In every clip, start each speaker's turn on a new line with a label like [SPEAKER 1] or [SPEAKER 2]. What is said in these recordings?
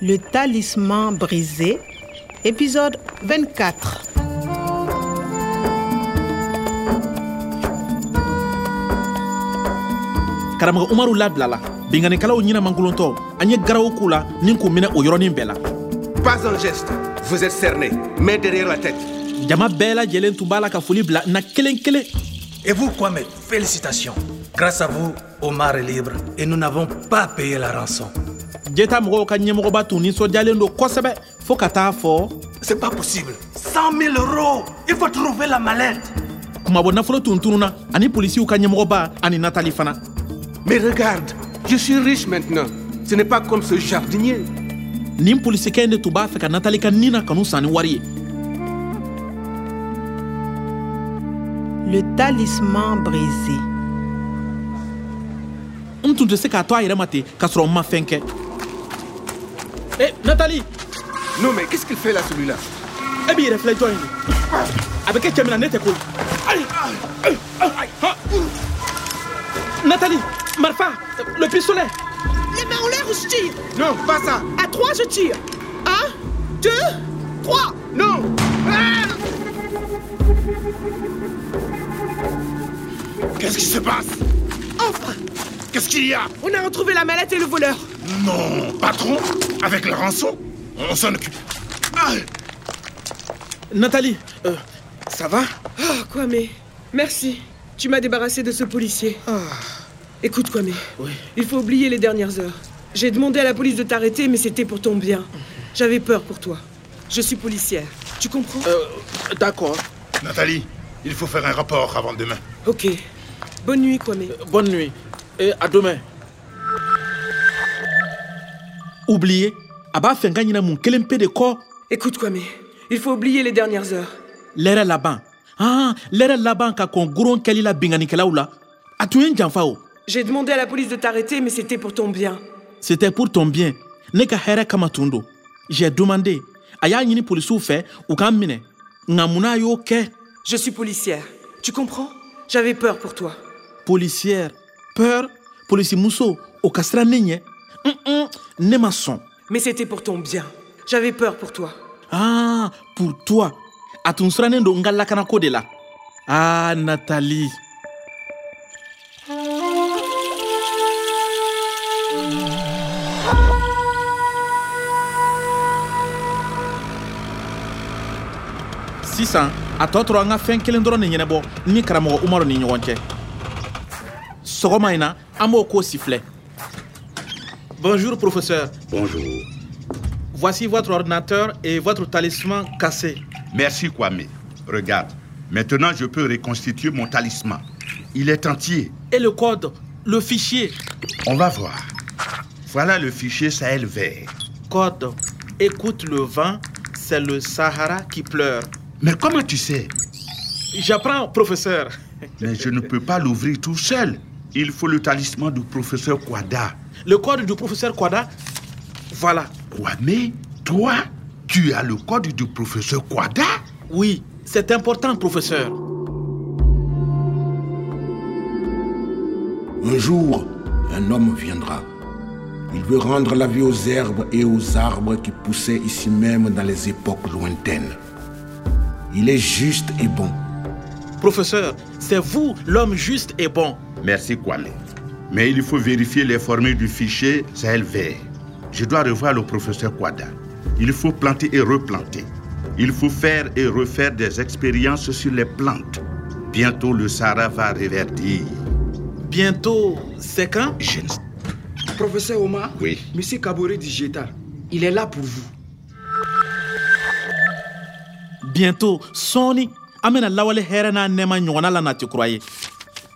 [SPEAKER 1] Le talisman brisé, épisode 24.
[SPEAKER 2] karamɔgɔ umaru labilala binganikɛlaw ɲɛna mangolontɔ an ye garaw k'u la ni k'u minɛ o yɔrɔnin bɛɛ la
[SPEAKER 3] Pas un geste. Vous êtes cerné, mais derrière la tête.
[SPEAKER 2] jama bɛɛ lajɛlen tun b'a la ka foli bila na kelen kelen
[SPEAKER 4] Et vous, Kwame, félicitations. Grâce à vous, Omar est libre et nous n'avons pas payé la rançon.
[SPEAKER 2] jeta mɔgɔw ka ɲɛmɔgɔba tun ninsɔndiyalen don kosɛbɛ fɔɔ ka taa fɔ
[SPEAKER 4] C'est pas possible. 100 000 euros Il faut trouver la mallette.
[SPEAKER 2] kumabɔ nafolo tun tununa ani polisiw ka ɲɛmɔgɔba ani natali fana
[SPEAKER 3] Mais regarde, je suis riche maintenant. Ce n'est pas comme ce jardinier.
[SPEAKER 2] nin polisikɛ in de tun b'a fɛ ka natali ka nin na kanu san ni wari ye
[SPEAKER 1] Le talisman brisé.
[SPEAKER 2] n tun tɛ se k'a to a yɛrɛ ma ten k'a sɔrɔ n ma fɛn kɛ e natali
[SPEAKER 3] Non, mais qu'est-ce qu'il fait là, celui-là
[SPEAKER 2] e b'i yɛrɛ filɛ jɔn ye de a bɛ kɛ cɛ min na ne tɛ ko ayi ayi, ayi, ha. natali marifa le pistolet
[SPEAKER 5] Les mains en l'air ou je tire
[SPEAKER 3] Non, pas ça.
[SPEAKER 5] À trois, je tire. Un, deux, trois.
[SPEAKER 3] Non Qu'est-ce qui se passe
[SPEAKER 5] Enfin,
[SPEAKER 6] Qu'est-ce qu'il y a
[SPEAKER 5] on a retrouvé la mallette et le voleur.
[SPEAKER 6] Non, patron Avec la rançon On s'en occupe. Ah,
[SPEAKER 2] natali euh,
[SPEAKER 3] Ça va
[SPEAKER 5] Oh, Kwame, merci. Tu m'as débarrassé de ce policier. Écoute, Kwame, il faut oublier les dernières heures. J'ai demandé à la police de t'arrêter, mais c'était pour ton bien. J'avais peur pour toi. Je suis policière. Tu comprends
[SPEAKER 2] d'accord
[SPEAKER 6] Nathalie, il faut faire un rapport avant demain.
[SPEAKER 5] Ok. Bonne nuit, Kwame.
[SPEAKER 2] bonne nuit et à demain oublié a b'a fɛ n ka ɲina mun kelen pe de kɔ
[SPEAKER 5] Écoute, Kwame, il faut oublier les dernières heures.
[SPEAKER 2] lɛrɛ laban an lɛrɛ laban ka kɔn goron kɛli la binganikɛlaw la a tun ye n janfa o
[SPEAKER 5] J'ai demandé à la police de t'arrêter, mais c'était pour ton bien.
[SPEAKER 2] C'était pour ton bien. Ne ka hɛrɛ kama tun don. J'ai demandé. A y'a ɲini polisiw fɛ u k'an minɛ. Nka munna a y'o kɛ?
[SPEAKER 5] Je suis policière. Tu comprends J'avais peur pour toi.
[SPEAKER 2] Policière, peur, polisimuso, o ka siran ne ɲɛ. Un, un, ne ma sɔn.
[SPEAKER 5] Mais c'était pour ton bien. J'avais peur pour toi.
[SPEAKER 2] Ah, pour toi. A tun sirannen don n ka lakanako de la. Ah, Nathalie. sisan a tɔ tora an ka fɛn kelen dɔrɔn de ɲɛnabɔ ni karamɔgɔ umaru ni ɲɔgɔn cɛ sɔgɔma in na an b'o ko si filɛ bonjour professeur
[SPEAKER 7] Bonjour.
[SPEAKER 2] voici votre ordinateur et votre talisman cassé
[SPEAKER 7] Merci Kwame. Regarde, maintenant je peux reconstituer mon talisman. Il est entier.
[SPEAKER 2] et le code le fichier
[SPEAKER 7] On va voir. Voilà le fichier Sahel vert.
[SPEAKER 2] Code, écoute le vent, c'est le Sahara qui pleure.
[SPEAKER 7] Mais comment tu sais
[SPEAKER 2] J'apprends, professeur.
[SPEAKER 7] Mais je ne peux pas l'ouvrir tout seul. Il faut le talisman du professeur Kwada.
[SPEAKER 2] Le code du professeur Kwada, voilà.
[SPEAKER 7] Kwame, toi, tu as le code du professeur Kwada
[SPEAKER 2] Oui, c'est important, professeur.
[SPEAKER 8] Un jour, un homme viendra. Il veut rendre la vie aux herbes et aux arbres qui poussaient ici même dans les époques lointaines. Il est juste et bon.
[SPEAKER 2] Professeur, c'est vous l'homme juste et bon.
[SPEAKER 7] Merci Kwame. Mais il faut vérifier les formules du fichier Sahel vert. Je dois revoir le professeur Kwada. Il faut planter et replanter. Il faut faire et refaire des expériences sur les plantes. Bientôt le Sahara va reverdir.
[SPEAKER 2] Bientôt, c'est quand
[SPEAKER 7] Je ne sais-
[SPEAKER 9] Professeur Omar,
[SPEAKER 7] Oui.
[SPEAKER 9] Monsieur Kabore Digeta, il est là pour vous.
[SPEAKER 2] Bientôt, sɔɔni an bɛna lawale hɛrɛ n'a nɛɛma ɲɔgɔnna la nati kura ye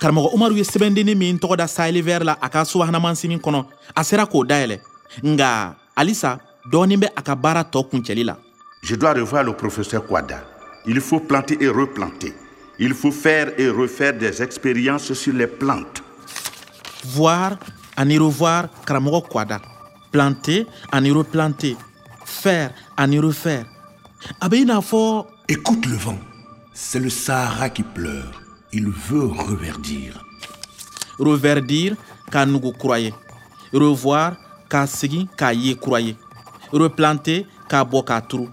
[SPEAKER 2] karamɔgɔ umaru ye sɛbɛndennin min tɔgɔ da saheli vɛr la a ka subahanamansinin kɔnɔ a sera k'o dayɛlɛ nga halisa dɔɔnin bɛ a ka baara tɔ kuncɛli la
[SPEAKER 7] Je dois revoir le professeur Kwada. Il faut planter et replanter. Il faut faire et refaire des expériences sur les plantes.
[SPEAKER 2] voir ani revoir karamɔgɔ kwada planter ani replanter faire ani refaire a bɛ i n'a fɔ
[SPEAKER 8] Écoute le vent. C'est le Sahara qui pleure. Il veut reverdir.
[SPEAKER 2] reverdir k'a nugu kura ye revoir k'a segin k'a ye kura ye replanter k'a bɔ k'a turu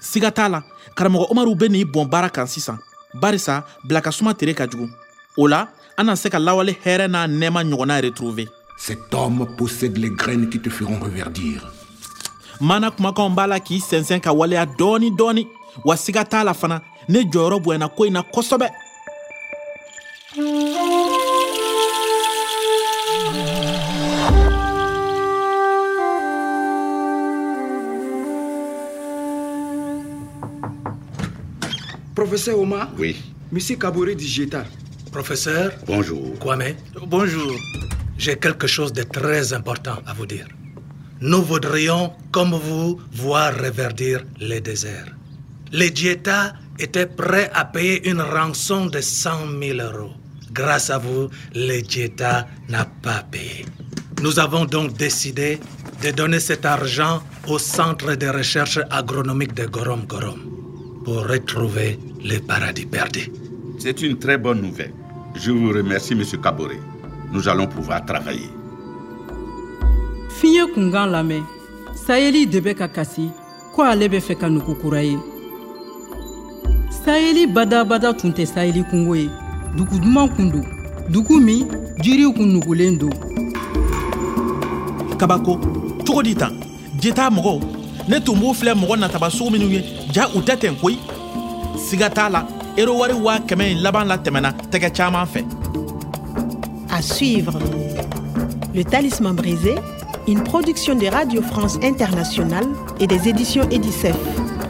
[SPEAKER 2] siga t'a la karamɔgɔ umaru bɛ n'i bɔn baara kan sisan barisa bilakasuma tere ka jugu o la an na se ka lawale hɛrɛ n'a nɛɛma ɲɔgɔnna retrouver
[SPEAKER 8] Cet homme possède les graines qui te feront reverdir.
[SPEAKER 2] mana kumakanw b'a la k'i sɛnsɛn ka waleya dɔɔni dɔɔni wa siga t'a la fana ne jɔyɔrɔ bonyana ko in na kosɛbɛ
[SPEAKER 9] Professeur Omar,
[SPEAKER 7] Oui,
[SPEAKER 9] Monsieur Kabore Digeta,
[SPEAKER 4] Professeur
[SPEAKER 7] bonjour.
[SPEAKER 4] Kwame,
[SPEAKER 2] bonjour
[SPEAKER 4] j'ai quelque chose de très important à vous dire. Nous voudrions, comme vous, voir reverdir les déserts. Les Dieta étaient prêts à payer une rançon de 100 000 euros. Grâce à vous, les Dieta n'a pas payé. Nous avons donc décidé de donner cet argent au Centre de recherche agronomique de Gorom Gorom pour retrouver les paradis perdus.
[SPEAKER 7] C'est une très bonne nouvelle. Je vous remercie, Monsieur Kabore. Nous allons pouvoir travailler.
[SPEAKER 10] fiɲɛ kunkan lamɛn sayeli de bɛ ka kasi ko ale bɛ fɛ ka nugu kura ye sayeli badabada tun tɛ sayeli kungo ye dugu duman kun don dugu min jiriw kun nugulen don
[SPEAKER 2] kabako cogo di tan jeta mɔgɔw ne tun b'u filɛ mɔgɔ nataba sugu minnu ye ja u tɛ ten koyi siga t'a la ero wari waa kɛmɛ in laban la tɛmɛna tɛgɛ caaman fɛ
[SPEAKER 1] À suivre. Le Talisman brisé, une production de Radio France Internationale et des éditions Edicef.